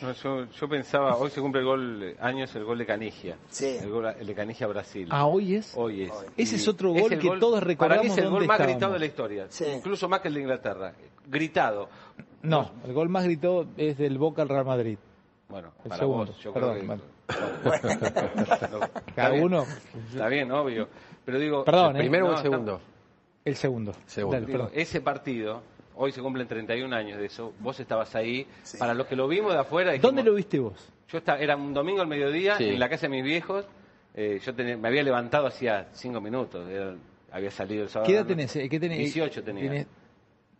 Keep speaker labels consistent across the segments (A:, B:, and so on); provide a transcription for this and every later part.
A: No, yo, yo pensaba, hoy se cumple el gol, años el gol de Canigia.
B: Sí.
A: El gol el de Canigia a Brasil.
C: Ah, hoy es.
A: Hoy es.
C: Ese
A: Y
C: es otro gol
A: el
C: que todos recordamos
A: Para mí es el
C: dónde
A: gol más
C: estábamos.
A: gritado de la historia.
B: Sí.
A: Incluso más que el de Inglaterra. Gritado.
C: No, el gol más gritó es del Boca al Real Madrid.
A: Bueno,
C: El
A: para
C: segundo.
A: vos, yo
C: Perdón,
A: creo que.
C: bueno.
A: No, no.
C: Cada
A: Está bien,
C: uno.
A: Está bien, obvio. Pero digo.
C: Perdón, ¿eh?
D: ¿Primero o
A: No,
D: el
A: está-
D: segundo?
C: El segundo.
D: Segundo.
C: Dale,
A: Digo,
C: perdón.
A: ese partido, hoy se cumplen 31 años de eso, vos estabas ahí,
B: Sí.
A: para los que lo vimos de afuera... dijimos-
C: ¿Dónde lo viste vos?
A: Yo estaba, era un domingo al mediodía,
D: Sí.
A: en la casa de mis viejos, eh, yo tenía- me había levantado hacía 5 minutos, era- había salido el sábado.
C: ¿Qué edad
A: ¿no?
C: tenés? Eh, ¿Qué tenés?
A: 18 tenía.
C: ¿Tenés-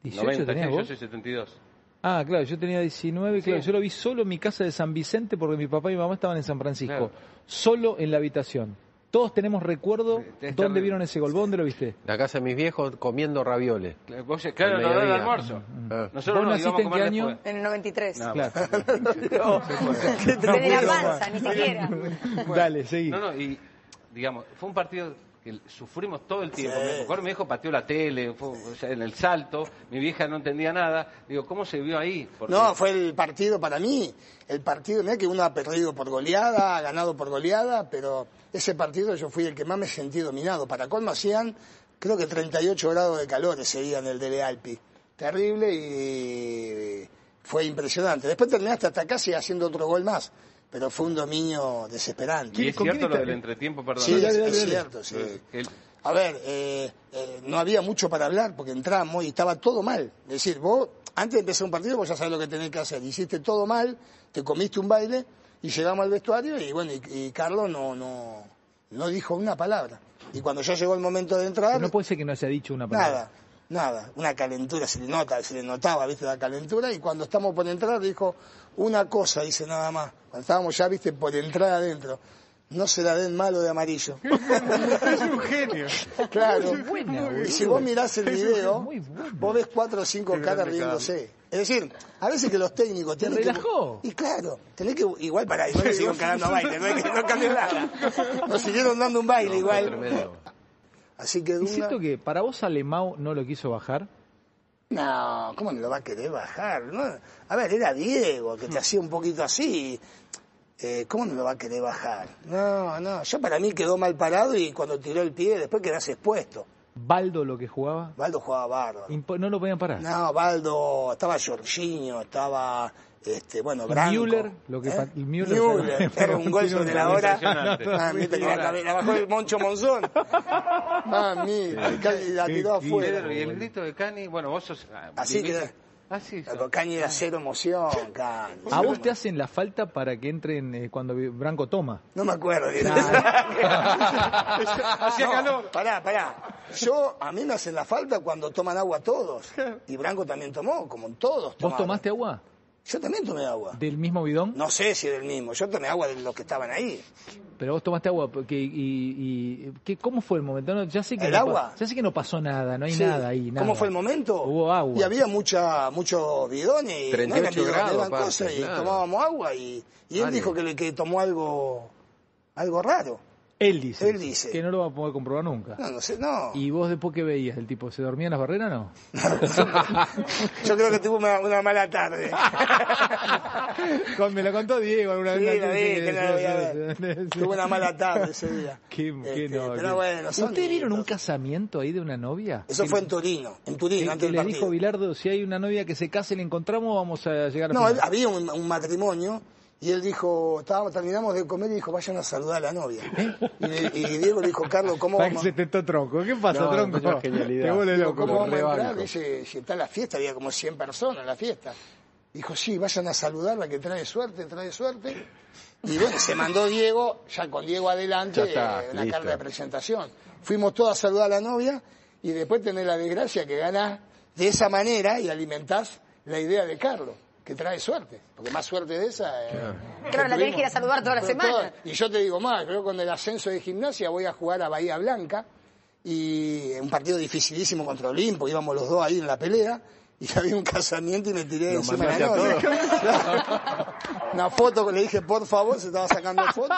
C: 18
A: 90,
C: tenías
A: sí,
C: vos?
A: yo soy 72.
C: Ah, claro, yo tenía 19, claro,
A: Sí.
C: yo lo vi solo en mi casa de San Vicente porque mi papá y mi mamá estaban en San Francisco,
A: Claro.
C: solo en la habitación. Todos tenemos recuerdo
A: Es terrible.
C: dónde vieron ese gol, ¿Vos dónde lo viste.
D: La casa de mis viejos comiendo ravioles.
A: Claro, vos- claro,
D: Al
A: no el
D: mediodía.
A: almuerzo.
D: Ah.
A: Nosotros
C: Mm, ¿Vos
A: nos íbamos
C: naciste
A: a
C: en
A: comer
C: qué año?
A: después.
E: En el 93.
A: No,
C: Claro.
E: Desde la panza, ni siquiera.
C: Dale, seguí.
A: No, no, y digamos, fue un partido que sufrimos todo el tiempo.
B: Sí.
A: Me acuerdo, mi viejo pateó la tele, fue, o sea, en el salto, mi vieja no entendía nada. Digo, ¿cómo se vio ahí? Porque-
B: No, fue el partido para mí. El partido, mira que uno ha perdido por goleada, ha ganado por goleada, pero ese partido yo fui el que más me sentí dominado. Para colmo hacían, creo que 38 grados de calor ese día en el Dele Alpi. Terrible y fue impresionante. Después terminaste hasta casi haciendo otro gol más, pero fue un dominio desesperante.
A: y es
C: ¿con quién
A: cierto lo
C: está?
A: del entretiempo, perdón.
B: Sí,
C: dale,
B: es,
C: dale,
B: es
C: dale.
B: cierto, sí.
A: Que el-
B: A ver, eh, eh, no había mucho para hablar porque entramos y estaba todo mal. Es decir, vos, antes de empezar un partido, vos ya sabés lo que tenés que hacer. Hiciste todo mal, te comiste un baile y llegamos al vestuario y bueno, y, y Carlos no, no, no dijo una palabra. Y cuando ya llegó el momento de entrar,
C: No puede ser que no haya dicho una palabra.
B: nada, nada. Una calentura se le nota, se le notaba, viste, la calentura. Y cuando estamos por entrar, dijo una cosa, dice nada más. Cuando estábamos ya, viste, por entrar adentro. No se la den malo de amarillo.
F: Es un genio.
B: Claro.
C: Muy buena, boludo.
B: y si vos mirás el video,
C: muy buena.
B: vos ves cuatro o cinco caras
F: grande, Carlos.
B: riéndose. Es decir, a veces que los técnicos tienen que...
C: relajó.
B: Y claro, tenés que... Igual para igual le siguieron cagando a baile, no, es que no cambió nada. Nos siguieron dando un baile igual.
D: Tremendo.
B: Así que
C: Y
B: Dunga-
C: siento que para vos Alemão no lo quiso bajar.
B: No, ¿cómo no lo va a querer bajar? No? A ver, era Diego, que
C: Mm.
B: te hacía un poquito así. Eh, ¿Cómo no lo va a querer bajar? No, no, yo para mí quedó mal parado y cuando tiró el pie después quedás expuesto.
C: Baldo lo que jugaba,
B: Valdo jugaba bárbaro.
C: impo- no lo podían parar.
B: No, Baldo, estaba Giorginho, estaba, este, bueno, Branco.
C: Müller, lo que fa- Müller-
B: Müller, era un gol sobre la hora.
A: Impresionante.
B: Ah, mira, que la, la- la bajó el Moncho Monzón. Ah, mira, casi la tiró
C: Qué
A: Pedro,
B: afuera.
A: y el grito de Cani, bueno, vos sos... ah,
B: Así
A: viviste-
B: que-
A: Así sos.
B: Pero Cañi era cero emoción, Cañi.
C: A vos te hacen la falta para que entren eh, cuando Branco toma.
B: No me acuerdo. de
F: Hacía
B: No,
F: calor.
B: Pará, pará. Yo, a mí me hacen la falta cuando toman agua todos. Y Branco también tomó, como todos
C: ¿Vos
B: tomaron.
C: tomaste agua
B: Yo también tomé agua.
C: del mismo bidón?
B: No sé si era el mismo. Yo tomé agua de los que estaban ahí.
C: Pero vos tomaste agua, porque, y, y- ¿qué- ¿cómo fue el momento? No, ya sé que
B: ¿El
C: no pa-
B: agua?
C: Ya sé que no pasó nada, no hay
B: Sí.
C: nada ahí. nada.
B: ¿Cómo fue el momento?
C: Hubo agua.
B: Y había mucha, muchos bidones.
D: 38
B: eran bidones,
D: grados,
B: eran
D: aparte,
B: cosas, y
D: claro.
B: tomábamos agua. Y, y él
D: Vale.
B: dijo que, le- que tomó algo, algo raro.
C: Él dice.
B: Él dice.
C: Que no lo va a poder comprobar nunca.
B: No, no sé, no.
C: ¿Y vos después qué veías? ¿El tipo se dormía en las barreras o no?
B: Yo creo que tuvo una, una mala tarde.
C: Con- Me lo contó Diego alguna
B: Sí,
C: vez.
B: lo vi, que no lo voy a ver. Tuve una mala tarde ese día.
C: Qué- qué
B: Este,
C: no, qué-
B: pero bueno, son
C: ¿Ustedes vieron un
B: lindos.
C: casamiento ahí de una novia?
B: Eso fue en Torino, en
C: Que-
B: Turín,
C: que
B: antes del
C: le dijo
B: partido.
C: Bilardo, si hay una novia que se case, la encontramos, vamos a llegar a
B: No, él- había un, un matrimonio y él dijo, estábamos, terminamos de comer y dijo, vayan a saludar a la novia. Y, y Diego le dijo, Carlos, ¿cómo vamos?
C: ¿Eh? se tentó tronco. ¿Qué pasa,
D: No,
C: tronco?
D: es una genialidad.
C: Te vuelve
B: Digo,
C: loco.
B: ¿Cómo
D: lo
B: vamos a entrar?
D: rebanco.
B: Dice, si está la fiesta, había como 100 personas en la fiesta. Dijo, sí, vayan a saludarla, que trae suerte, trae suerte. Y bueno, se mandó Diego, ya con Diego adelante,
D: Ya está,
B: eh, una
D: listo.
B: carta de presentación. Fuimos todos a saludar a la novia y después tenés la desgracia que ganás de esa manera y alimentás la idea de Carlos, que trae suerte. Porque más suerte de esa... eh, que
E: Claro, la tenés
B: tuvimos.
E: que ir a saludar toda la
B: Pero
E: semana.
B: todo- y yo te digo más, yo con el ascenso de gimnasia voy a jugar a Bahía Blanca y un partido dificilísimo contra Olimpo, íbamos los dos ahí en la pelea y había un casamiento y me tiré encima de la novia. Una foto que le dije, por favor, se estaba sacando foto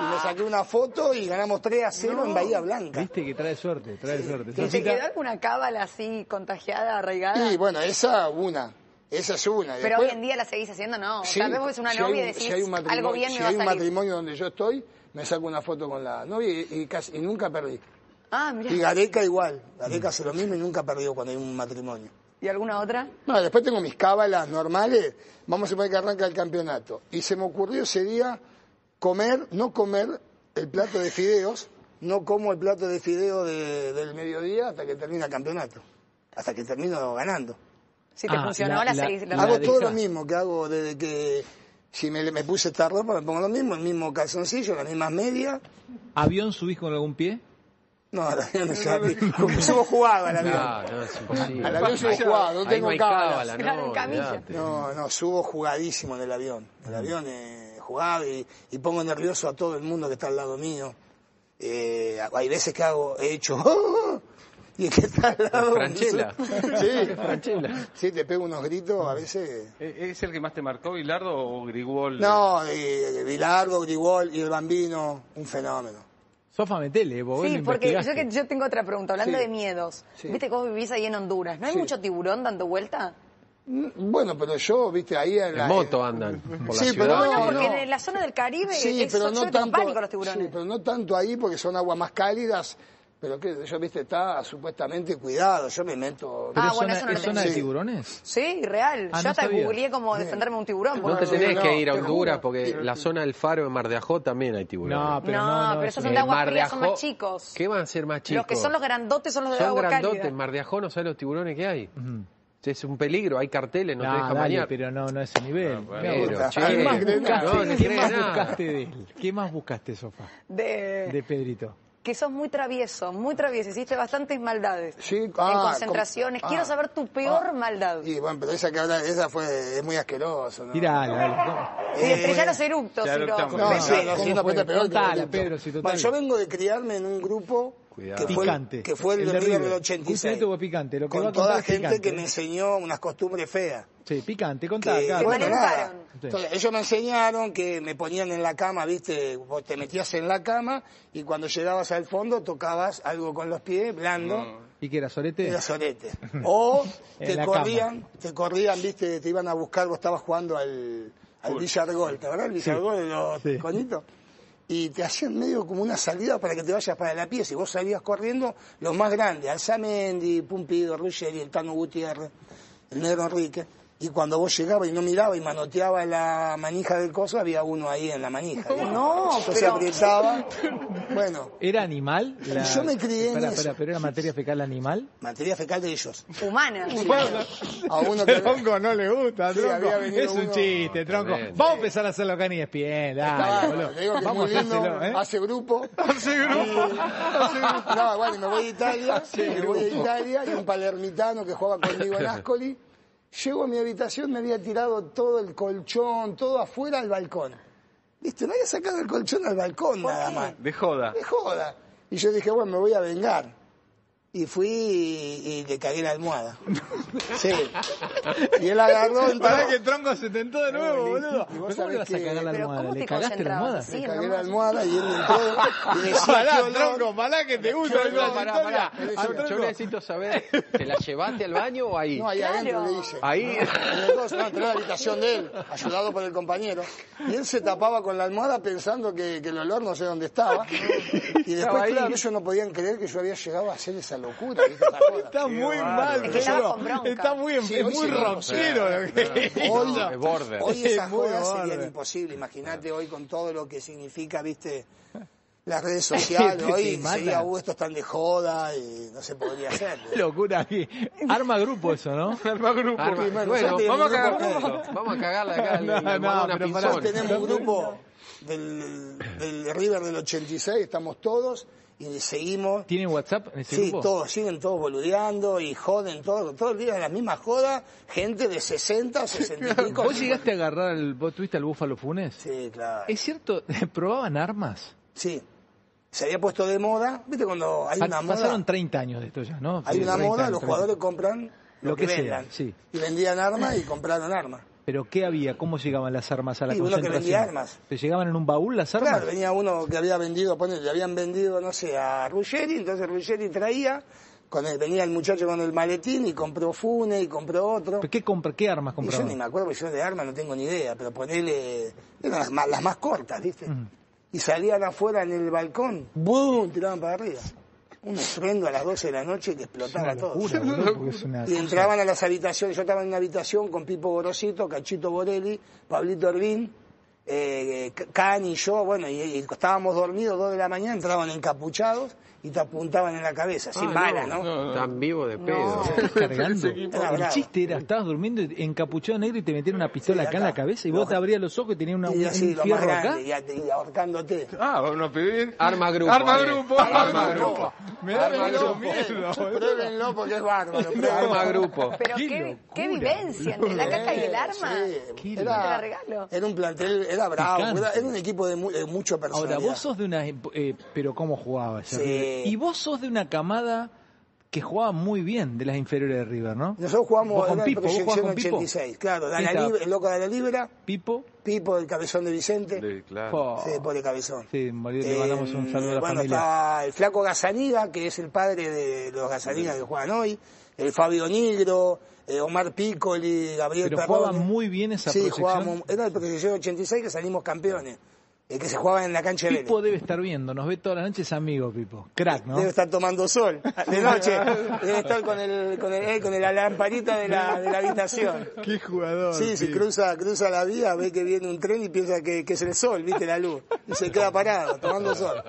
B: y me saqué una foto y ganamos 3 a 0 en Bahía Blanca.
C: Viste que trae suerte, trae suerte.
E: ¿Te
C: Sofita,
E: quedó alguna cábala así contagiada, arraigada?
B: Y bueno, esa una. Esa es una.
E: Pero
B: Después-
E: hoy en día la seguís haciendo, no.
B: Sí,
E: Tal vez vos es una
B: si hay
E: novia y
B: un-
E: decís
B: si hay un matrimonio-
E: algo bien
B: si
E: me va
B: hay
E: a
B: un
E: salir.
B: matrimonio donde yo estoy, me saco una foto con la novia y, y casi, y nunca perdí.
E: Ah,
B: Y
E: mira.
B: Gareca igual. Gareca hace lo mismo y nunca perdió cuando hay un matrimonio.
E: ¿Y alguna otra?
B: No, después tengo mis cábalas normales. Vamos a suponer que arranca el campeonato. Y se me ocurrió ese día comer, no comer el plato de fideos. No como el plato de fideos de- del mediodía hasta que termina el campeonato. Hasta que termino ganando.
E: Si te
C: Ah,
E: funcionó,
C: la-
E: la,
C: la-
E: seguís. La,
C: la-
B: Hago
C: de
B: todo lo
C: Fran.
B: mismo que hago desde que... Si me, me puse esta ropa, me pongo lo mismo, el mismo calzoncillo, las mismas medias.
C: ¿Avión subís con algún pie?
B: No, el avión no se va bien. Como subo jugado al avión.
D: No, Ah, no, es imposible.
B: Al avión subo jugado, no
D: Ahí no
B: tengo
D: hay
B: cábalas.
D: cábala,
E: Claro, en
D: no,
E: camilla.
D: olvidate.
B: No, no, subo jugadísimo en el avión. En el avión eh, jugado y, y pongo nervioso a todo el mundo que está al lado mío. Eh, hay veces que hago, he hecho... ¡Oh, y el que está al lado...
D: Franchella.
B: Sí,
D: Franchella.
B: sí, te pego unos gritos a veces...
A: ¿E- ¿Es el que más te marcó, Bilardo o Grigol?
B: No, y Vilargo, Grigol y el Bambino, un fenómeno.
C: Sofa, metele, vos
E: Sí,
C: lo
E: porque yo,
C: investigaste.
E: que- yo tengo otra pregunta, hablando
B: Sí.
E: de miedos.
B: Sí.
E: Viste que vos vivís ahí en Honduras. ¿No hay
B: Sí.
E: mucho tiburón dando vuelta?
B: Mm, Bueno, pero yo, viste, ahí en la-
D: En moto andan por
B: Sí,
D: la
B: pero
D: ciudad.
E: No, no,
B: no,
E: porque
B: no.
E: en la zona del Caribe
B: Sí,
E: es,
B: pero
E: yo
B: no
E: le tengo
B: tanto.
E: pánico a los tiburones.
B: sí, pero no tanto ahí porque son aguas más cálidas, pero que yo, viste, está supuestamente cuidado, yo me meto.
C: ¿Pero
E: Ah,
C: es zona,
E: bueno, eso no lo
C: es zona de
B: tengo. Sí.
C: tiburones?
E: Sí, real.
C: Ah,
E: yo
C: no
E: hasta
C: sabía.
E: googleé como defenderme de un tiburón.
D: No
E: porque-
D: te tenés
B: no,
D: que ir a
B: te juro.
D: Honduras porque la zona del Faro de Mar de Ajó también hay tiburones.
C: No, pero
E: No,
C: no, no,
E: pero
C: eso
E: esos
C: no.
E: son de agua
D: Mar de
E: fría, son más
D: Ajó-
E: chicos.
D: ¿Qué van a ser más chicos?
E: Los que son los grandotes son los de
D: Son
E: agua
D: grandotes.
E: cálida.
D: Mar de Ajó no sabe los tiburones que hay.
C: Ujú.
D: Es un peligro, hay carteles, no,
C: No,
D: te dejan
C: dale,
D: bañar.
C: pero no, no es ese nivel.
A: bueno.
C: Mirá vos.
D: Pero,
B: che,
C: ¿Qué más
B: no creo
C: buscaste,
D: nada.
C: ¿Qué más
D: No.
C: buscaste de él? ¿Qué más buscaste, Sofa?
E: De-
C: De Pedrito.
E: Que sos muy travieso, muy travieso. Hiciste bastantes maldades.
B: Sí,
E: en
B: ah,
E: concentraciones.
B: com-
E: Quiero
B: ah,
E: saber tu peor
B: ah.
E: maldad. Y,
B: Y bueno, pero esa que habla, esa fue, es muy asquerosa, ¿no?
C: Tirala, dale.
E: estrella los eructos,
A: ya lo
E: Ciro.
A: estamos.
B: No,
E: Ven,
B: no,
E: ven.
B: no,
C: ¿Cómo
B: sí, no,
C: fue?
B: fue peor que
C: Contala,
B: Pedrito.
C: Pedro, si total-
B: Bueno, yo vengo de criarme en un grupo
D: Cuidado.
B: que fue,
C: Picante.
B: que fue el,
C: El
B: de
C: de
B: River del
C: River.
B: 86.
C: Justamente fue picante, lo que va a
B: con
C: contar
B: toda
C: es
B: gente
C: picante.
B: que me enseñó unas costumbres feas.
C: Sí, picante,
B: que,
C: contá. claro.
E: bueno,
C: contá.
E: nada.
C: Sí.
B: Entonces, ellos me enseñaron que me ponían en la cama, viste, vos te metías en la cama y cuando llegabas al fondo tocabas algo con los pies, blando,
C: ¿Y qué era, Solete?
B: era sorete. O
C: En
B: te
C: la
B: corrían, te corrían, viste, te iban a buscar, vos estabas jugando al, al Villargol, ¿te acuerdas? El Villargol de los
C: Sí.
B: conitos. Y te hacían medio como una salida para que te vayas para la pieza. Y vos salías corriendo, los más grandes, Alzamendi, Pumpido, Ruggeri, el Tano Gutiérrez, el Negro Enrique. Y cuando vos llegabas y no mirabas y manoteaba la manija del coso, había uno ahí en la manija.
E: No,
B: Yo se
E: pero-
B: apretaba. Bueno,
C: ¿Era animal? La-
B: Yo me crié en
C: Espera,
B: eso.
C: espera, ¿Pero era materia fecal animal?
B: materia fecal de ellos.
E: Humana.
B: A uno que-
C: El tronco no le gusta,
B: Sí,
C: tronco.
B: había venido
C: Es un
B: uno-
C: chiste, tronco.
D: Tremendo.
C: Vamos a empezar a hacerlo acá en E ESPN,
B: Ah,
C: dale, boludo.
B: te digo que es
C: Vamos
B: muy
C: a
B: lindo,
C: hacerlo, ¿eh?
B: hace grupo.
F: Hace grupo.
B: No, bueno, y me voy a Italia, me voy a Italia y un palermitano que jugaba conmigo en Ascoli. Llego a mi habitación, me había tirado todo el colchón, todo afuera al balcón. Viste, me había sacado el colchón al balcón nada más.
A: De joda.
B: Me joda. Y yo dije, bueno, me voy a vengar. Y fui y, y le cagué la almohada. Sí. Y él agarró, entró,
C: Pará que el tronco se tentó de nuevo, boludo.
B: Y vos
C: ¿Cómo
B: sabés
C: le vas a
B: que-
C: cagar la
E: Pero
C: almohada?
E: ¿cómo
C: ¿Le
E: te
C: cagaste la
E: concentrabas
C: almohada?
E: así?
B: le
E: Sí,
B: cagué la
E: no más.
B: almohada y él entró y decía,
C: Pará,
B: "Qué olor".
C: tronco, pará que te gusta
B: Yo-
C: esa
D: Pará,
C: historia.
D: pará.
C: Al
D: Yo, yo
C: tronco.
D: necesito saber, ¿te la llevaste al baño o ahí?
B: No, ahí
E: Claro.
B: adentro le hice.
D: Ahí.
B: En el dos, no, entró a la habitación de él, ayudado por el compañero. Y él se tapaba con la almohada pensando que, que el olor no sé dónde estaba. Y
D: Estaba
B: después,
D: ahí.
B: claro, ellos no podían creer que yo había llegado a hacer esa locura. dije, "Esta joda".
C: Está muy mal,
E: Es que estaba
C: boludo.
E: con bronca.
C: Está muy,
B: Sí,
C: es
B: hoy
C: muy
B: sí,
C: rockero lo que
B: Hoy,
D: No, es border.
B: hoy esas
C: Es muy
B: jodas
C: border.
B: serían imposibles. Imagínate hoy con todo lo que significa, viste, las redes sociales.
C: Te
B: Hoy
C: mata.
B: sería, "Uh, estos están de joda y no se podría hacer.
C: Locura que arma grupo eso, ¿no?
A: Arma grupo.
D: Arma-
B: bueno,
D: bueno,
B: yo te-
D: vamos a
B: yo
D: cagar
B: te-
D: juntos. Vamos a cagarla acá.
C: No,
D: le-
C: no,
D: le mando una
C: pero pará.
D: pinzón.
B: Nosotros tenemos un grupo del, del River del 86, estamos todos y seguimos.
C: ¿Tiene WhatsApp en ese
B: Sí,
C: grupo?
B: todos, siguen todos boludeando y joden todo, todo el día la misma joda, gente de 60, 60 y pico.
C: ¿Vos llegaste a agarrar, el, vos tuviste al búfalo Funes?
B: Sí, claro.
C: ¿Es cierto? ¿Probaban armas?
B: Sí. Se había puesto de moda, viste cuando hay
C: Ah,
B: una
C: Pasaron
B: moda,
C: 30 años de esto ya, ¿no?
B: hay
C: Sí,
B: una
C: 30,
B: moda, los
C: 30.
B: jugadores compran lo,
C: Lo que sea,
B: vendan.
C: sí.
B: Y vendían armas y compraron armas.
C: ¿Pero qué había? ¿Cómo llegaban las armas a la
B: Y uno que
C: concentración?
B: vendía armas.
C: ¿Te llegaban en un baúl las armas?
B: Claro, venía uno que había vendido, ponele, le habían vendido, no sé, a Ruggeri, entonces Ruggeri traía, Con el, venía el muchacho con el maletín y compró Fune y compró otro.
C: ¿Pero ¿Qué, compra- qué armas
B: Y yo
C: compraron?
B: ni me acuerdo, porque yo de armas no tengo ni idea, pero ponele. Eran las más, las más cortas, ¿viste? Y salían afuera en el balcón, ¡boom! Tiraban para arriba. Un estruendo a las 12 de la noche que explotaba todo.
C: Locura, boludo, porque es una
B: Y entraban a las habitaciones, yo estaba en una habitación con Pipo Gorosito, Cachito Borelli, Pablito Hervín, eh, eh, Can y yo, bueno, y, y estábamos dormidos, dos de la mañana, entraban encapuchados y te apuntaban en la cabeza,
D: Ah,
B: sin bala, ¿no?
D: Tan vivo de pedo.
C: Estás cargando.
B: Era
C: El
B: bravo.
C: chiste era, estabas durmiendo encapuchado negro y te metieron una pistola
B: Sí,
C: acá en
B: acá.
C: la cabeza y vos te abrías los ojos y tenías una,
B: y
C: un
B: así, lo más
C: fierro acá.
B: grande, y, a- y ahorcándote. Ah,
F: Ah, vamos a pedir.
D: Arma grupo, Ah,
F: Arma
D: Ale.
F: grupo.
D: Arma
F: Arma
D: grupo.
F: grupo.
C: Me da
D: Arma
C: miedo,
D: grupo.
C: miedo, boludo.
B: Pruébenlo porque es bárbaro.
D: Arma
B: pruébenlo.
D: grupo.
E: Pero qué, qué vivencia, entre la caca y el arma.
B: Sí,
E: Te la regalo.
B: era un plantel, era bravo,
C: Picante.
B: era, era un equipo de, mu- de mucho personalidad.
C: Ahora, vos sos de una... eh, pero cómo jugabas. ya,
B: Sí.
C: River. Y vos sos de una camada que jugaba muy bien de las inferiores de River, ¿no?
B: Nosotros
C: Vos
B: jugamos
C: con
B: en
C: Pipo, vos jugabas
B: proyección
C: con Pipo.
B: 86, claro,
C: Sí,
B: Dana
C: está.
B: Libra- el loco de la Libra,
C: Pipo. oh,
B: Pipo, el cabezón de Vicente,
F: Sí, claro.
C: po.
B: sí, pobre cabezón.
C: Sí, Mario, le
B: Eh,
C: mandamos un saludo a la
B: bueno,
C: familia.
B: está el flaco Gazaniga, que es el padre de los Gazaniga que juegan hoy, el Fabio Nigro, eh, Omar Piccoli, Gabriel
C: Pero
B: Perrone.
C: jugaba muy bien esa
B: Sí,
C: proyección.
B: jugábamos, era el proyección 86 que salimos campeones, eh, que se jugaba en la cancha de Vélez.
C: Pipo debe estar viendo, nos ve todas las noches, amigo Pipo. Crack, ¿no?
B: Debe estar tomando sol de noche. Debe estar con el, con el, eh, con el- la lamparita de la, de la habitación.
C: Qué jugador.
B: Sí, si
C: tío.
B: cruza, cruza la vía, ve que viene un tren y piensa que, que es el sol, viste la luz. Y se queda parado, tomando sol.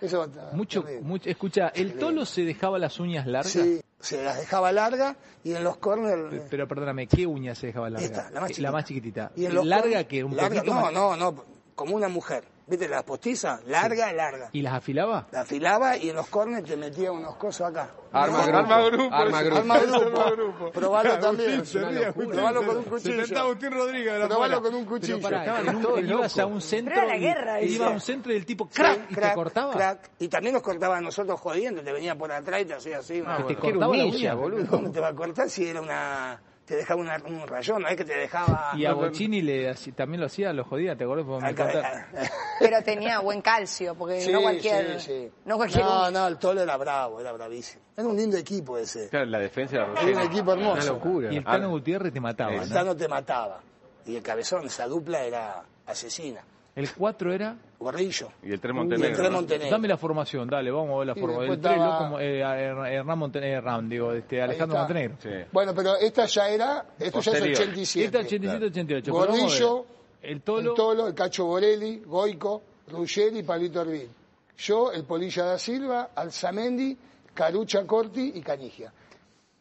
B: Eso está
C: Mucho,
B: terrible.
C: mucho, escucha, el tolo se dejaba las uñas largas.
B: Sí, se las dejaba largas y en los corners.
C: Pero perdóname, ¿qué uña se dejaba larga?
B: Esta, la más
C: Eh,
B: chiquitita.
C: chiquitita.
B: Y en los
C: larga
B: corners-
C: que un
B: larga,
C: poquito
B: No,
C: más-
B: no, no, como una mujer. ¿Viste las postizas? Larga, larga.
C: ¿Y las afilaba?
B: La afilaba y en los corners te metía unos cosos acá.
D: Arma
B: No,
D: grupo.
F: Arma grupo.
D: Arma grupo.
B: Arma grupo.
F: Arma grupo.
B: Probalo también.
F: Agustín,
B: Una
F: se ríe,
B: locura.
F: Agustín,
B: Probalo
F: se-
B: con un
F: Se te está
B: cuchillo.
F: Agustín Rodríguez de la
B: Probalo
F: bola.
B: con un
C: Pero
B: cuchillo.
C: pará, en un-
D: todo
C: ibas
D: loco.
C: a un centro
E: Pero era la
C: y-
E: guerra,
C: y,
E: eso.
C: iba a un centro y el tipo
B: Sí,
C: crack, y te
B: crack,
C: cortaba. Ah,
B: crack. Y también nos cortaba a nosotros jodiendo. Te venía por atrás y te hacía así. una
C: Que te
B: bola.
D: Qué
C: cortaba la
D: uña,
C: uña,
D: boludo.
B: ¿Cómo te va a cortar si era una... Te dejaba una- un rayón, Ah, no es que te dejaba...
C: Y a Bochini le, hacía- también lo hacía, lo jodía, ¿te acordás? Porque me
B: Acá-
C: contaba.
E: Pero tenía buen calcio, porque
B: Sí,
E: no cualquier.
B: sí, sí.
E: No cualquier.
B: No, no, el Tolo era bravo, era bravísimo. Era un lindo equipo ese.
A: Claro, la defensa de
B: Era un
A: Rogelio.
B: equipo hermoso.
D: Una locura.
C: Y el Tano Gutiérrez te mataba,
B: El
C: ¿no?
B: Tano te mataba. Y el cabezón, esa dupla era asesina.
C: El 4 era...
B: Gorrillo.
A: Y el tres
B: Y
A: Montenegro.
B: el tres
A: ¿no?
B: Montenegro.
C: Dame la formación, dale, vamos a ver la
B: Y
C: formación.
B: después
C: El 3
B: estaba-
C: loco, eh, Her- Hernán Montenegro, Hernán, digo, este,
B: Ahí
C: Alejandro
B: está.
C: Montenegro.
A: Sí.
B: Bueno, pero esta ya era, esto ya es
A: Posterior.
B: 87.
C: Esta 87-88.
B: Gordillo,
C: el
B: El
C: tolo,
B: Tolo, el Cacho Borelli, Goico, Ruggeri y Palito Arvin. Yo, el Polilla da Silva, Alzamendi, Carucha Corti y Canigia.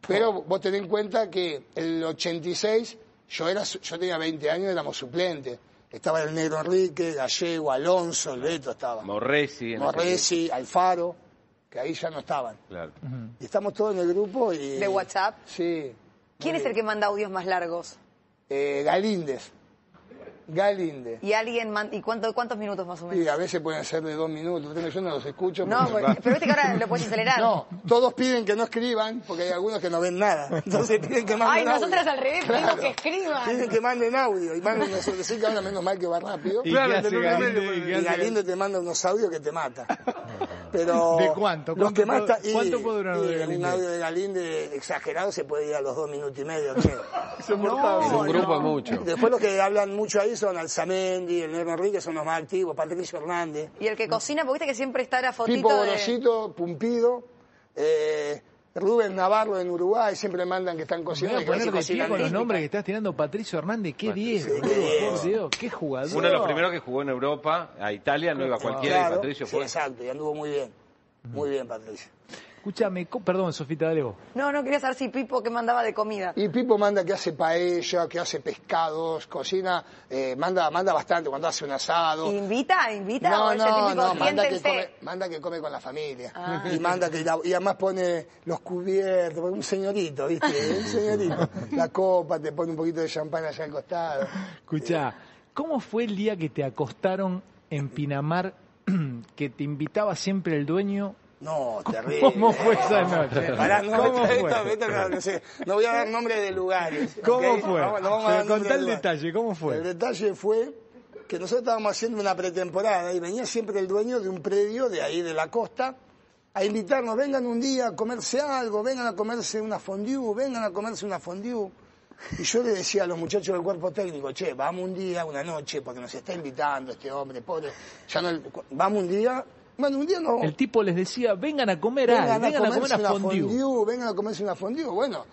B: Pero vos tenés en cuenta que el 86, yo, era, su- yo tenía 20 años, éramos suplentes. Estaba el Negro Enrique, Gallego, Alonso, el Beto estaba.
A: Morresi. en
B: Morresi, Alfaro, que ahí ya no estaban.
A: ese- Claro.
B: Y estamos todos en el grupo y...
E: ¿De WhatsApp?
B: Sí.
E: ¿Quién es el que manda audios más largos?
B: Eh, Galíndez. Galíndez.
E: ¿Y alguien man- ¿Y cuánto, cuántos minutos más o
B: Y
E: menos?
B: a veces pueden ser de dos minutos, tres, yo no los escucho.
E: No,
B: porque-
E: porque- pero viste que ahora lo puedes acelerar.
B: No, todos piden que no escriban, porque hay algunos que no ven nada. Entonces piden que
E: Ay,
B: manden audio.
E: nosotras al revés, pedimos que
B: Piden
E: escriban.
B: que manden audio. Y manden unos decir que ahora menos mal que va rápido.
C: ¿Y
B: Y,
C: qué
F: Claro,
C: hace
F: tenés un
C: Galinde?
F: medio, pues.
C: ¿Qué hace
B: Galindo te manda unos audios que te mata. Pero
C: ¿De cuánto?
B: los que
C: ¿Cuánto
B: más
C: puede-
B: ta- y-
C: cuánto puede durar un audio de
B: y Un
C: Galinde?
B: audio de Galinde exagerado se puede ir a los dos minutos y medio. creo.
D: Es un
E: No,
D: grupo
E: no.
D: mucho.
B: Después los que hablan mucho ahí son Alzamendi, el Nero Enrique, son los más activos, Patricio Hernández.
E: Y el que cocina, porque viste que siempre está la
B: Pipo
E: fotito de...
B: Gorosito, Pumpido, eh, Rubén Navarro en Uruguay, siempre mandan que están
C: Me voy
B: cocinando.
C: a
B: y que no
C: poner
B: se
C: de pie
B: cocinan
C: con los
B: bien.
C: nombres que estás tirando. Patricio Hernández, qué 10, boludo. por Dios, qué jugador.
A: Uno de los primeros que jugó en Europa, a Italia, no iba cualquiera,
B: Claro,
A: y Patricio
B: sí,
A: fue.
B: exacto, y anduvo muy bien. Muy bien, Patricio.
C: Escúchame, co- perdón, Sofita, dale vos.
E: No, no, quería saber si Pipo que mandaba de comida.
B: Y Pipo manda que hace paella, que hace pescados, cocina, eh, manda, manda bastante cuando hace un asado.
E: ¿Invita? ¿Invita? ¿O
B: No,
E: es el
B: no,
E: típico,
B: no, manda que,
E: "Siéntense"?
B: come, manda que come con la familia. Y manda que la- y además pone los cubiertos, porque un señorito, ¿viste? Un señorito. La copa, te pone un poquito de champán allá al costado.
C: Escuchá,
B: Eh.
C: ¿cómo fue el día que te acostaron en Pinamar, que te invitaba siempre el dueño?
B: No, terrible.
C: ¿Cómo fue esa noche?
B: Eh. Pará, no,
C: ¿Cómo
B: esto- esto-
C: fue?
B: esto no, no sé. No voy a dar nombre de lugares.
C: ¿Cómo
B: ¿ok?
C: fue?
B: Vamos- no vamos a
C: Pero
B: dar nombre
C: contá
B: de
C: el
B: lugares.
C: detalle, ¿cómo fue?
B: El detalle fue que nosotros estábamos haciendo una pretemporada y venía siempre el dueño de un predio de ahí de la costa a invitarnos, vengan un día a comerse algo, vengan a comerse una fondue, vengan a comerse una fondue. Y yo le decía a los muchachos del cuerpo técnico, che, vamos un día, una noche, porque nos está invitando este hombre, pobre, ya no, vamos un día, bueno, un día no,
C: El tipo les decía, vengan a comer
B: vengan,
C: algo, vengan a comer
B: comerse
C: a fondue.
B: vengan a comerse una fondue, bueno,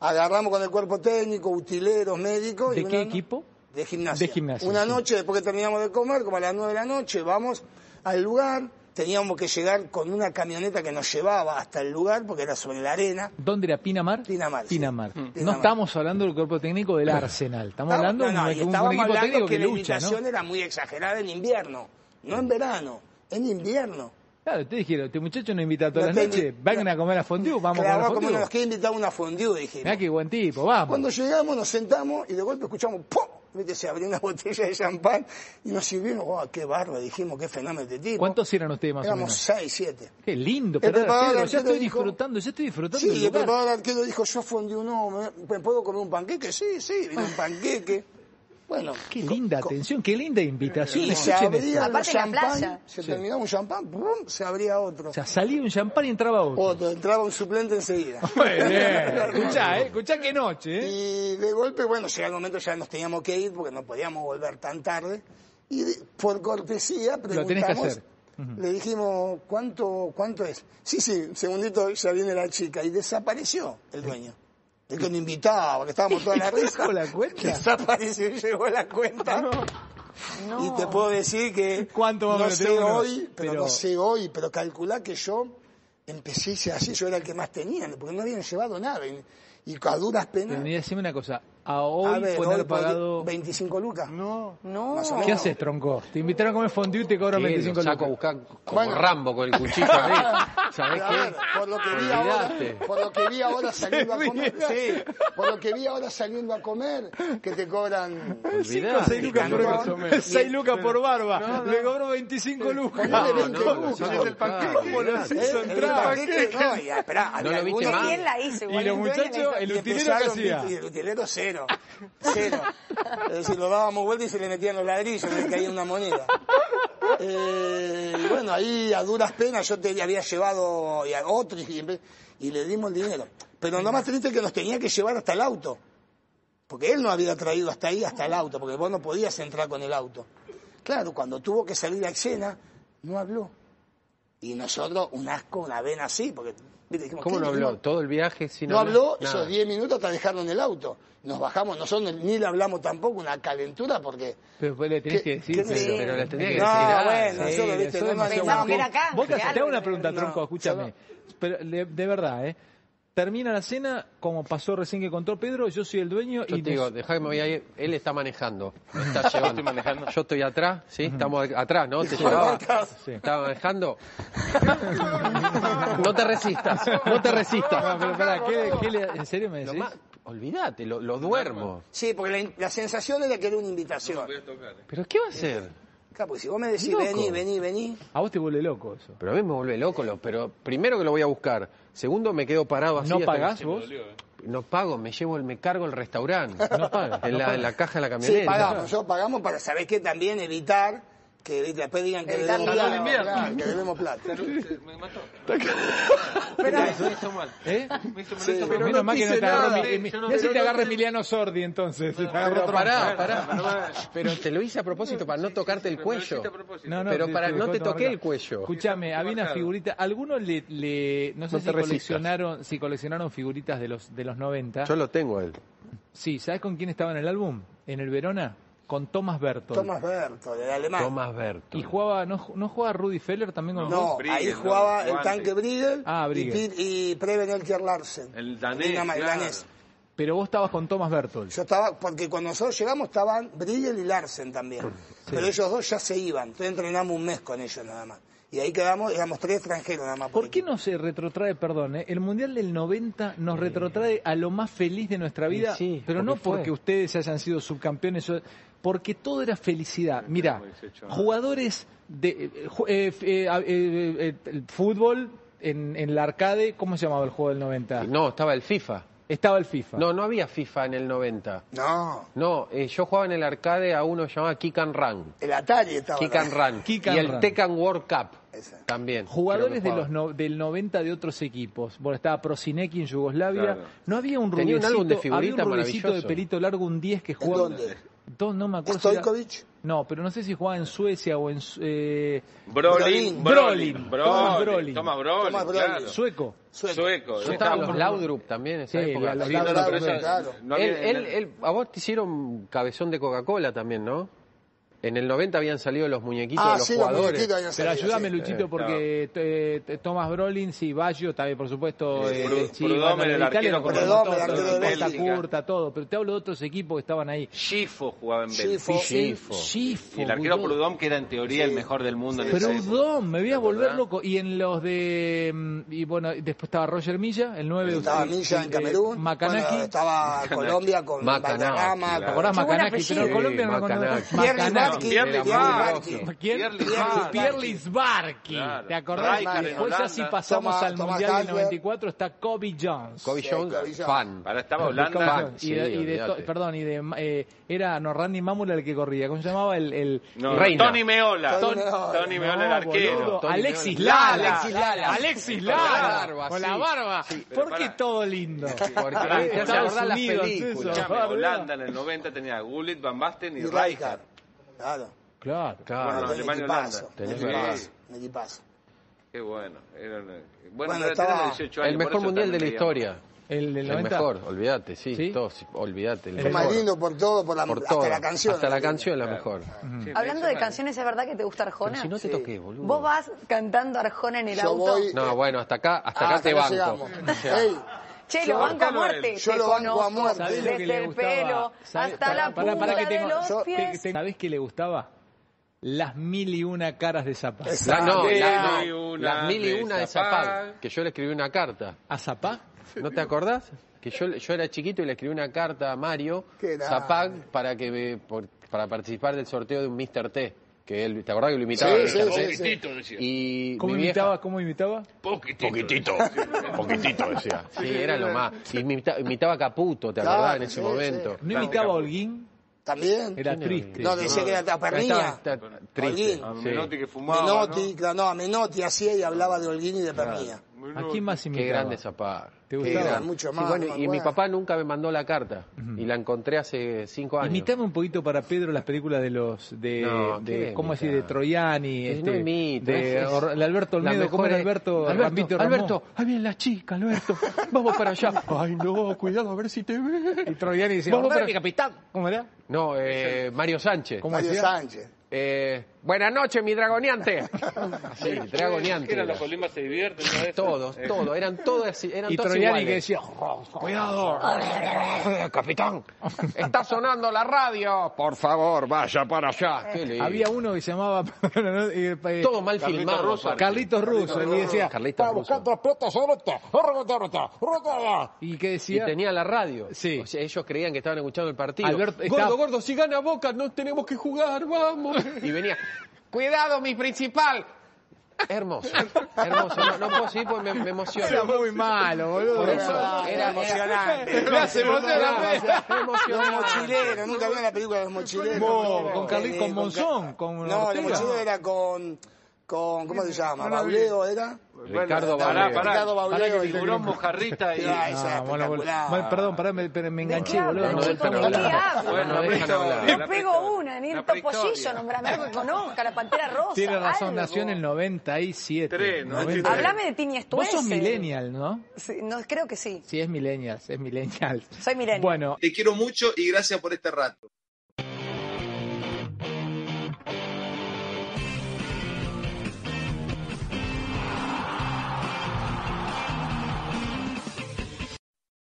B: agarramos con el cuerpo técnico, utileros, médicos. y
C: ¿De
B: una
C: qué
B: no-
C: equipo?
B: de gimnasia.
C: De gimnasia,
B: Una
C: sí.
B: noche, después que terminamos de comer, como a las 9 de la noche, vamos al lugar. Teníamos que llegar con una camioneta que nos llevaba hasta el lugar, porque era sobre la arena.
C: ¿Dónde era Pinamar?
B: Pinamar, sí. Mm.
C: Pinamar. No
B: Pinamar.
C: estamos hablando del cuerpo técnico del Arsenal. Estamos hablando
B: no, no,
C: de
B: y
C: un- un,
B: estábamos
C: equipo
B: hablando
C: técnico
B: que
C: que
B: la
C: lucha, ¿no?
B: invitación era muy exagerada en invierno, no en verano, en invierno.
C: Claro, ustedes dijeron, este muchacho nos invita todas
B: No
C: las
B: te-
C: noches, vengan a comer a fondue, vamos
B: Clavaba
C: a
B: como
C: comer
B: nos
C: a fondue.
B: queda invitar a una fondue, dijimos.
C: Mirá qué buen tipo, vamos.
B: Cuando llegamos, nos sentamos y de golpe escuchamos ¡pum! Viste, Se abrió una botella de champán y nos sirvieron. ¡Wow! ¡Qué barba! Dijimos, qué fenómeno este tipo.
C: ¿Cuántos eran ustedes más o
B: Éramos
C: menos?
B: seis, siete.
C: Qué lindo,
B: El
C: pero ahora,
B: preparador
C: Pedro, ya
B: arquero
C: estoy
B: dijo-
C: disfrutando, ya estoy disfrutando
B: Sí,
C: del
B: el
C: lugar.
B: preparador arquero dijo, yo fundí uno, ¿me, me puedo comer un panqueque? Sí, sí, vino un
E: Ah.
B: panqueque. Bueno.
C: Qué
B: co-
C: linda
B: co-
C: atención, qué linda invitación.
B: Y se
C: Escuchen esto.
B: abría el
E: Aparte en la
B: champán,
E: playa.
B: se terminaba un champán, ¡pum! se abría otro.
C: O sea, salía un champán y entraba otro.
B: Otro, entraba un suplente enseguida.
C: Muy bien. Escuchá, ¿eh? Escuchá qué noche, ¿eh?
B: Y de golpe, bueno, llega el momento, ya nos teníamos que ir porque no podíamos volver tan tarde. Y de- por cortesía
C: Lo tenés que
B: preguntamos,
C: hacer.
B: le dijimos, ¿cuánto, ¿cuánto es? Sí, sí, un segundito, ya viene la chica. Y desapareció el dueño. El que nos invitaba, que estábamos toda la risa.
C: sacó la cuenta? Ah,
B: Desapareció y llegó la cuenta. Y te puedo decir que...
C: ¿Cuánto más o
B: No
C: menos
B: sé
C: tenemos?
B: hoy, pero,
C: Pero-
B: no sé hoy, pero calculá que yo empecé así, yo era el que más tenía, porque no habían llevado nada. Y, y a duras penas...
C: Pero mirá, decime una cosa, a hoy
B: A ver,
C: poner
B: hoy podría-
C: pagado...
B: 25 lucas.
F: No.
E: No.
B: Más o menos.
C: ¿Qué haces, tronco? Te invitaron a comer fondue y te cobran
D: Sí,
C: 25
D: lo saco a
C: lucas.
D: buscar como
B: Bueno.
D: Rambo con el cuchillo
A: Ah,
D: ahí. ¿Sabés
B: Pero a ver,
D: qué?
B: por lo que vi ahora,
D: Olvidate.
B: por lo que vi ahora saliendo a comer, sí, por lo que vi ahora saliendo a comer, que te cobran
D: Olvidate.
C: 6 lucas por
B: Más o
C: barba.
F: menos.
C: 6 lucas por barba. Le cobró 25 lucas.
B: Ponele
D: No,
B: 20
D: no, lo
B: lucas.
D: saco a
F: Y es el
D: buscar.
F: panqueque.
C: ¿Cómo lo
B: ¿Eh?
C: hizo
B: El
C: entrar?
B: paquete, no, y, esperá, había
D: lo viste
B: algunos-
D: más.
E: ¿Quién la hizo?
C: Y los muchachos, el
B: y
C: utilero que
B: empezaron,
C: hacía.
B: ¿viste? Y el utilero cero, cero. Es decir, lo dábamos vuelta y se le metían los ladrillos, le caía una moneda. Eh, y bueno, ahí a duras penas yo te había llevado y a otro y, empe- y le dimos el dinero. Pero lo más triste es que nos tenía que llevar hasta el auto. Porque él no había traído hasta ahí, hasta el auto, porque vos no podías entrar con el auto. Claro, cuando tuvo que salir a escena, no habló. Y nosotros, un asco, una vena así, porque... viste, dijimos,
D: ¿Cómo
B: ¿qué?
D: no habló? Todo el viaje sin
B: No habló
D: hablar? Nada.
B: esos 10 minutos hasta dejarlo en el auto. Nos bajamos, nosotros ni le hablamos tampoco, una calentura porque...
C: Pero después le tenés que decir.
B: ¿Qué- qué-
C: Pedro.
D: Pero le tenía que
B: No,
D: decir. ah,
B: bueno,
D: sí,
B: yo lo viste,
C: eso
B: no
C: es
B: me hacía
E: Pensaban que
B: un-
E: era acá.
C: Vos te
E: Claro,
C: hago una
E: pero
C: pregunta,
B: no,
C: Tronco, escúchame.
B: yo
C: Pero le- de verdad, ¿eh? Termina la cena, como pasó recién que contó Pedro, yo soy el dueño
D: Yo
C: y
D: te digo,
C: nos-
D: dejá que me voy a ir. Él está manejando. Me está llevando.
A: estoy manejando.
D: Yo estoy atrás, ¿sí? Estamos atrás, ¿no? Te
B: Estamos
D: llevaba.
B: atrás.
C: Sí.
D: Estaba manejando. No te resistas, no te
C: No,
D: resistas.
C: pero pará, ¿qué- qué le- ¿en serio me
D: Lo
C: decís?
D: más- olvídate, lo, lo duermo.
B: Sí, porque la, la sensación era que era una invitación.
D: ¿Pero qué va a hacer?
B: Claro, porque si vos me decís,
D: Loco.
B: vení, vení, vení...
C: A vos te vuelve loco eso.
D: Pero a mí me vuelve loco. lo- pero primero que lo voy a buscar. Segundo, me quedo parado así.
C: ¿No
D: hasta que-
C: pagás vos?
D: No pago, me llevo, el, me cargo el restaurante.
C: No pagas,
D: En,
C: no
D: la,
C: pagas.
D: en la caja de la camioneta.
B: Sí, pagamos, nosotros pagamos para, ¿sabés qué? También evitar que viste, después digan que
E: Evitar
B: debemos
E: el
B: plata.
A: invierno.
B: claro, que debemos plata.
A: Me mató. Pero me hizo mal.
C: ¿Eh?
A: Me hizo mal.
D: Sí,
A: hizo mal.
D: pero
C: Menos
D: no
C: mal
D: te
C: que no
D: hice
C: te agarró
D: nada.
C: mi- mi-
A: Yo no-
C: mirá si
A: pero
C: te
A: no
C: agarra
A: te-
C: Emiliano Sordi entonces. si te agarró
D: Pero
C: Tronco.
D: pará, pará. Pero te lo hice a propósito para no tocarte el
A: pero me lo
D: cuello.
A: hiciste a propósito.
C: No, no,
D: pero para no
C: dejó
D: te
C: tomar
D: toqué
C: acá.
D: el cuello.
C: Escúchame,
A: Está
C: había una
A: marcado.
C: figurita, algunos le, le- no sé
D: No
C: si
D: te resistas.
C: coleccionaron, si coleccionaron figuritas de los de los 90.
D: Yo lo tengo a él.
C: Sí, ¿sabes con quién estaba en el álbum? En el Verona con Thomas Bertolt.
B: Tomás Berto, del alemán.
D: Tomás
C: Ah.
D: Berto.
C: Y jugaba no no jugaba Rudy Feller también con
B: No,
A: Briegel,
B: ahí
A: no,
B: jugaba el
A: Guante.
B: tanque Briegel,
C: Ah, Briegel.
B: y, Pit- y Preben Elker Larsen.
A: El danés,
B: Dinamo- el
A: claro.
B: danés.
C: pero vos estabas con Thomas Bertolt.
B: Yo estaba, porque cuando nosotros llegamos estaban Briegel y Larsen también. Pero ellos dos ya se iban. Entonces entrenamos un mes con ellos nada más. Y ahí quedamos, éramos tres extranjeros nada más.
C: ¿Por qué
B: equipo.
C: no se retrotrae, perdón, eh? el Mundial del 90 nos retrotrae a lo más feliz de nuestra vida,
D: sí,
C: pero
D: porque
C: no
D: fue.
C: porque ustedes hayan sido subcampeones, o- porque todo era felicidad. Mira, jugadores de eh, ju- eh, f- eh, a- eh, eh, eh, el fútbol en, en la arcade, ¿cómo se llamaba el juego del 90?
D: No, estaba el FIFA.
C: Estaba el FIFA.
D: No, no había FIFA en el 90.
B: No,
D: No, eh, yo jugaba en el arcade a uno llamado Kick and Run.
B: el Atari estaba.
D: Kick and Run.
C: Ah, Kick
D: y
C: and
D: el
C: Run.
D: Tekken World Cup
B: Esa.
D: también.
C: Jugadores de
D: creo que
C: los
D: jugaba.
C: no- del 90 de otros equipos. Bueno, estaba Prosinecki en Yugoslavia.
A: Claro.
C: No había un
D: Tenía un
C: rubiecito,
D: álbum de
C: había un
D: figuritas
C: rubiecito de
D: maravilloso.
C: pelito largo, un 10 que
B: ¿En
C: jugaba.
B: dónde?
C: Dos, no me acuerdo. si era-
B: ¿Stojkovic?
C: no, pero no sé si jugaba en Suecia o en... Su- eh,
B: Brolin.
C: Brolin.
F: Brolin. Brolin.
C: Thomas
F: Brolin.
C: Brolin.
F: Thomas Brolin.
B: Thomas Brolin.
F: claro.
C: sueco.
B: Sueco.
F: Sueco.
D: Yo
F: Yo
D: estaba
F: estaba-
D: con Laudrup también en esa
C: Sí,
D: época.
C: la- la-
D: Sí,
B: no, no,
F: Claro, pero
B: Laudrup,
F: esa-
B: claro.
F: no
D: él,
F: había-
D: él- él- a vos te hicieron cabezón de Coca-Cola también, ¿no? En el 90 habían salido los muñequitos
B: Ah,
D: de los
B: sí, los
D: jugadores.
B: muñequitos habían
C: Pero
B: salido,
C: ayúdame,
B: sí.
C: Luchito, porque eh, t- Thomas Brolin, sí, Baggio, también, por supuesto, eh,
F: Prud-
C: Chivas,
F: Prudhomme,
C: bueno,
F: el
C: Italia
F: arquero
C: lo conocemos
B: Prudhomme,
C: todos,
B: el arquero
C: todo,
B: de
C: Costa
B: Bélgica.
C: Curta, todo, pero te hablo de otros equipos que estaban ahí.
F: Schifo jugaba en
B: Schifo.
F: Bélgica.
D: Schifo.
C: Schifo,
A: Y el arquero
C: boludo.
A: Prudhomme, que era en teoría el mejor del mundo en esa época.
C: Prudón, me voy a
A: ¿Te acordás?
C: volver loco. Y en los de. mm, Y bueno, y después estaba Roger Milla, el 9
B: Estaba
C: eh,
B: Milla
C: eh,
B: en Camerún.
C: Macanaki.
B: Bueno, estaba Colombia con
D: Macanaki,
B: Valderrama.
C: ¿Te
B: con-
C: acordás
E: Qué buen
C: Macanaki? Pero
E: apellido.
C: Colombia no lo
D: Macanaki.
C: conoce.
B: Pierre
C: Macanaki.
B: Libarki,
A: Pierre
B: Libarki.
A: Libarki.
C: ¿Quién?
A: Pierre
C: Pierre-
A: Libarki.
C: Pierre Lisbarki.
A: Claro.
C: ¿Te acordás?
B: Rijkaard en
C: Después ya
A: Holanda.
C: si pasamos
B: Thomas-
C: al
B: Thomas
C: Mundial del
B: Hasler.
C: 94 está Kobe Jones.
D: Kobe
B: Sí,
D: Jones,
B: Kobe Jones.
D: fan.
F: Ahora estaba
C: Kobe
F: Holanda.
C: Jones.
D: sí,
C: y de, y de to-
D: olvídate.
C: perdón, y de eh, era no Randy Mamula el que corría, ¿cómo se llamaba el, el
F: No,
D: Reina.
F: Tony Meola.
B: Tony
F: Tony,
B: Meola.
F: Meola, el
C: No,
F: arquero.
C: boludo,
D: Tony
C: Alexis
D: Meola.
C: Lala.
B: Alexis Lala.
C: Alexis
D: Con la
C: Lala.
D: barba,
C: Con
D: sí.
C: la barba.
F: pero
C: ¿Por qué
F: pará.
C: todo lindo?
D: Porque te hace
C: Estados
D: acordar las
C: Unidos,
D: películas.
C: eso.
F: Escuchame,
C: boludo.
F: Holanda en el 90 tenía a Gullit, Van Basten y
B: Y
F: Rijkaard.
B: Rijkaard. Claro.
C: Claro.
D: Claro.
F: Bueno,
B: Un
F: Alemania y
B: equipazo.
F: Holanda.
B: Un
D: Tenés
B: equipazo.
F: razón.
B: Un equipazo.
F: Qué bueno. Era una- Bueno,
B: Bueno,
F: era-
B: estaba-
F: tenía 18 años,
D: El
F: por
D: mejor
F: eso
D: mundial de
F: también
D: la
F: veíamos.
D: historia.
C: El del
D: El
C: 90.
D: mejor, olvidate, sí,
C: ¿Sí?
D: todos, olvidate. El
C: Fue
B: Fue más
D: mejor.
B: lindo por todo, por la,
D: Por
B: hasta
D: todo.
B: la canción.
D: Hasta la
B: Argentina.
D: canción, la mejor.
F: Sí, me
E: Hablando
F: hizo
E: de
F: mal.
E: canciones, ¿es verdad que te gusta Arjona?
D: Si no te
B: Sí.
D: toqué, boludo.
E: ¿Vos vas cantando Arjona en el
B: Yo
E: auto?
B: voy-
D: No, bueno, hasta acá, hasta
B: Ah,
D: acá te
B: acá
D: banco.
B: llegamos.
D: O sea,
B: Ey,
E: Che, lo banco a
F: Bancalo a él.
E: muerte.
B: Yo
E: te
B: lo banco a
E: conozco,
B: muerte.
C: ¿Sabés lo que
E: Desde
C: le
E: el
C: gustaba?
E: pelo
C: ¿Sabés-
E: hasta
C: pará,
E: la
C: pará,
E: punta
C: pará que
E: de
C: tengo-
E: los
B: yo-
E: pies.
C: Te- ¿Sabés qué le gustaba? Las mil y una caras de Zapá.
B: Exacto.
D: la- no,
F: Mil
D: la-
F: y una
D: las mil y
F: de
D: una de
F: Zapag.
D: Zapag, que yo le escribí una carta.
C: ¿A Zapá?
D: ¿No te acordás? Que yo, yo era chiquito y le escribí una carta a Mario
B: Qué grande.
D: Zapag para que me- por- para participar del sorteo de un Mr. T. Que él, ¿Te acordás que lo imitaba?
B: Sí,
D: al
B: sí,
D: Mr.
B: sí,
D: T?
B: sí.
F: Poquitito, decía.
D: Y
C: ¿Cómo
D: mi vieja-
C: imitaba? ¿Cómo imitaba?
F: Poquitito.
D: Poquitito decía. Sí, era lo más. Y imita- imitaba a Caputo, ¿te
B: Claro,
D: acordás? en ese
B: sí,
D: momento.
C: ¿No imitaba a Holguín?
B: También.
C: Era triste.
B: No, decía que era Tapernia.
D: Está- está triste.
F: A
B: Holguín.
D: Sí.
F: Menotti que fumaba.
B: Menotti, claro, no, a Menotti hacía y hablaba de Holguín y de Pernilla.
F: ¿no?
C: ¿A quién más imitaba?
D: Qué grande Zapag.
C: ¿Te
D: Qué
C: gustaba?
D: gran-
B: Mucho
D: Sí,
B: más,
D: bueno,
B: no me
D: y mi
B: acuerdo.
D: papá nunca me mandó la carta. Y la encontré hace cinco años.
C: Imitame un poquito para Pedro las películas de los de,
D: No,
C: de-
D: ¿qué
C: ¿cómo
D: imitar?
C: decir? de Troiani,
D: Es- no
C: este,
D: imita,
C: de,
D: es-
C: Or- de Alberto
D: la
C: Olmedo,
D: mejor
C: ¿cómo era
D: es-
C: Alberto?
D: Alberto,
C: Rambito Ramón.
D: Alberto, ahí viene la chica, Alberto. Vamos para allá. Ay, no, cuidado, a ver si te ve.
C: Y Troiani decía, "Vamos
D: Vamos para-
C: para mi capitán." ¿Cómo era?
D: No, eh, Mario Sánchez.
C: ¿Cómo
B: Mario
C: hacía?
B: Sánchez.
D: Eh, Buenas noches, mi dragoneante. Sí, dragoneante.
F: Era
D: era.
F: los Colimas se divierten. ¿no? Eso. Eh.
D: Todos, todos, eran todas, eran
C: Y
D: todas
C: Troiani que
D: iguales.
C: decía,
D: Cuidado, capitán, está sonando la radio. Por favor, vaya para allá. Qué lindo.
C: Había uno que se llamaba no, eh, eh,
D: todo mal
F: Carlitos
D: filmado.
F: Russo.
D: aparte.
C: Carlitos Russo, y decía,
D: Carlitos
C: "Estaba
D: Russo".
C: buscando las pelotas ahorita, ahorita, ahorita, ahorita". Y que
D: Y
C: decía,
D: tenía la radio.
C: Sí.
D: O sea, ellos creían que estaban escuchando el partido.
C: Alberto,
D: gordo,
C: está-
D: gordo, si gana Boca no tenemos que jugar, vamos. Y venía, cuidado, mi principal. Hermoso, hermoso. No, no puedo seguir porque me, me
C: era
D: emociona.
C: muy malo, boludo.
D: Por eso
B: Ah,
D: era-
B: era emocionante.
C: Me hace emocionar.
D: Me
B: Los
D: emociona.
B: mochileros, nunca vieron la película de los mochileros.
C: Mo- con Carli-
B: Eh,
C: con Monzón,
B: Ca-
C: con
B: No,
C: Ortega.
B: los mochileros era con, con, ¿cómo se llama? Bauleo era.
D: Ricardo
B: Pará,
D: Barrio.
B: pará. Ricardo Bauleo,
F: Pará que
B: el
F: figuró
B: que-
F: Mojarrita y...
B: Ah, esa
C: Ah, bueno, bueno.
B: espectacular.
C: Bueno, perdón, pará, me, pero me
E: ¿De
C: enganché,
E: qué
C: boludo.
E: hablan,
D: no,
E: chicos?
D: no,
E: ¿De
D: no,
E: qué
D: no,
E: hablan?
D: bueno,
F: la
D: no dejan
F: prehistoria.
D: hablar.
E: Le
F: La
E: pego
F: prehistoria.
E: una, ni el
F: La
E: topollillo,
F: prehistoria.
E: nombrame algo que conozca, la pantera rosa.
C: Tiene razón,
E: algo.
C: nació en el 97.
F: Tres, ¿no?
C: 93.
E: Hablame de Tini
C: Vos
E: Estuese.
C: sos millennial, ¿no?
E: Sí, no, creo que sí.
C: Sí, es millennial, es millennial.
E: Soy millennial.
C: Bueno,
G: Te quiero mucho y gracias por este rato.